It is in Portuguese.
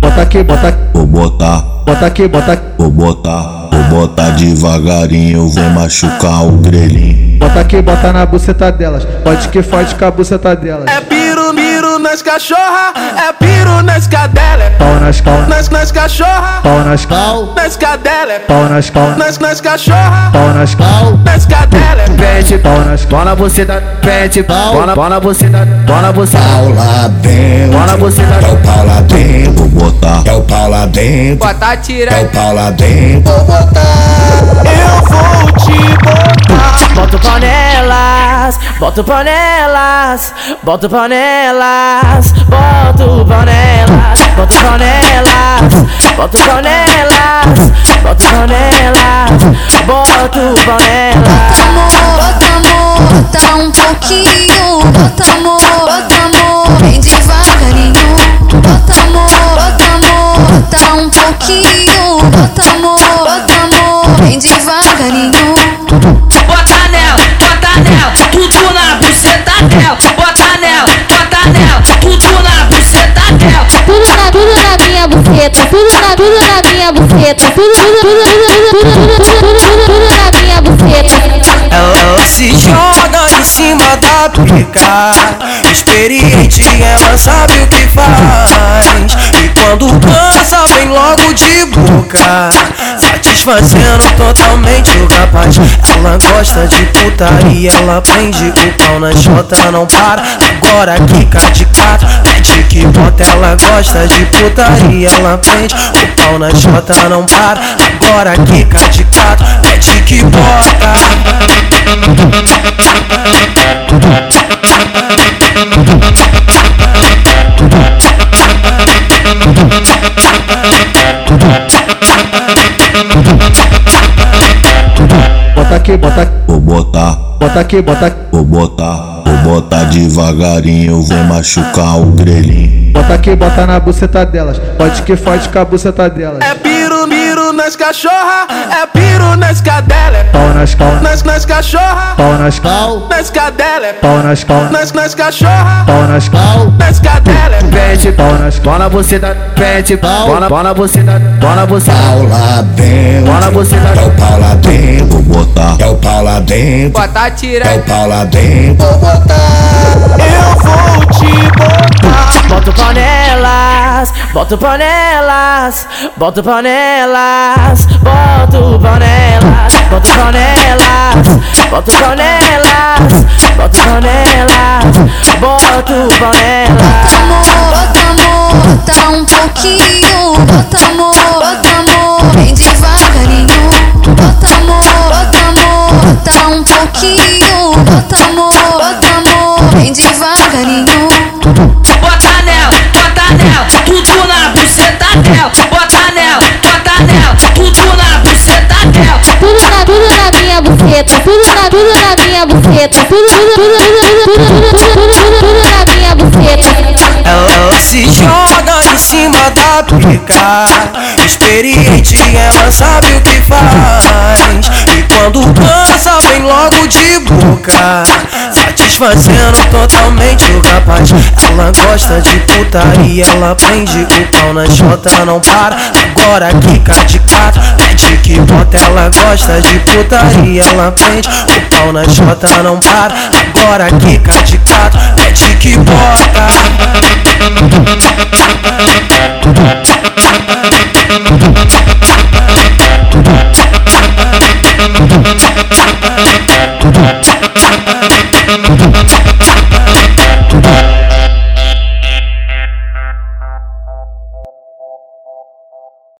Bota aqui, bota aqui, Vou botar, bota aqui, bota aqui, vou botar, vou botar devagarinho, vou machucar o grelhinho. bota aqui, bota na buceta delas. Pode que fode com a buceta delas. É piro, miro nas cachorra, é piro nas cadela, é Pau nas pau, nas, nas cachorra, pau nas pau, nas cadela, é pau nas pau, nas, nas cachorra, pau nas pau, nas cadela, é pede pau nas pau, Bona você dá pede Bona, bona você dá Bona você Pau lá dentro, Bona você tá dá é o pau lá dentro, vou botar, é o pau lá dentro, Botar é o tira, pau lá dentro. Eu vou te botar. Boto panelas Boto panelas Boto panelas Boto panelas Boto panelas Boto panelas Boto panelas Boto panelas Bota amor, bota amor, bota um pouquinho. Bota amor, bota amor, bem devagarinho. Bota amor, bota amor, bota um pouquinho. Bota amor, bota amor, bem devagarinho. bota nela, bota nela, tudo na buceta dela, bota nela, bota nela, tudo na buceta dela. tudo na, tudo na minha buceta, tudo na, tudo na minha buceta, tudo, tudo, tudo, tudo, tudo, tudo, tudo, tudo, tudo, tudo na minha buceta. Ela, ela se joga em cima É da pica. Experiente, ela sabe o que faz. E quando cansa, vem logo de boca. Satisfazendo totalmente o rapaz. Ela gosta de putaria, ela prende o pau na jota, não para. Agora quica de quatro, pede que bota. Ela gosta de putaria, ela prende o pau na jota, não para. Agora quica de quatro, pede que bota. bota aqui, bota aqui, Vou botar, bota aqui, bota aqui, vou botar, vou botar devagarinho, vou machucar o grelhinho. bota aqui, bota na buceta delas. Pode que fode com a buceta delas. É piro, miro nas cachorra, é piro nas cadela, é Pau nas pau, nas, nas cachorra, pau nas pau, nas cadela, é pau nas pau, nas, nas cachorra, pau nas pau, nas cadela, é Pede pau nas pau, Bona você dá pede Bona, bona você dá Bona você Pau lá Bona dentro, você tá dá é o pau lá dentro, vou botar, é o pau lá dentro, Botar é tira, o pau lá dentro. Eu vou te botar. Boto panelas, boto panelas, boto panelas, boto panelas, boto panelas, boto panelas, boto panelas, boto panelas. Bota amor, bota amor, bota um pouquinho. Bota amor, bota amor, bem devagarinho. Bota amor, bota amor, bota um pouquinho. Bota amor, bota amor, bem devagarinho. bota nela, bota nela, tudo na buceta dela, bota nela, bota nela, tudo na buceta dela. Tudo na, tudo na minha buceta, tudo na, tudo na minha buceta, tudo, tudo, tudo, tudo, tudo, tudo, tudo, tudo, tudo, tudo na minha buceta. Ela, ela se joga em cima da pica. Experiente, ela sabe o que faz. E quando cansa, vem logo de boca. Satisfazendo totalmente o rapaz. Ela gosta de putaria, ela prende o pau na jota, não para. Agora quica de quatro, pede que bota. Ela gosta de putaria, ela prende o pau na jota, não para. Agora quica de quatro, pede que bota.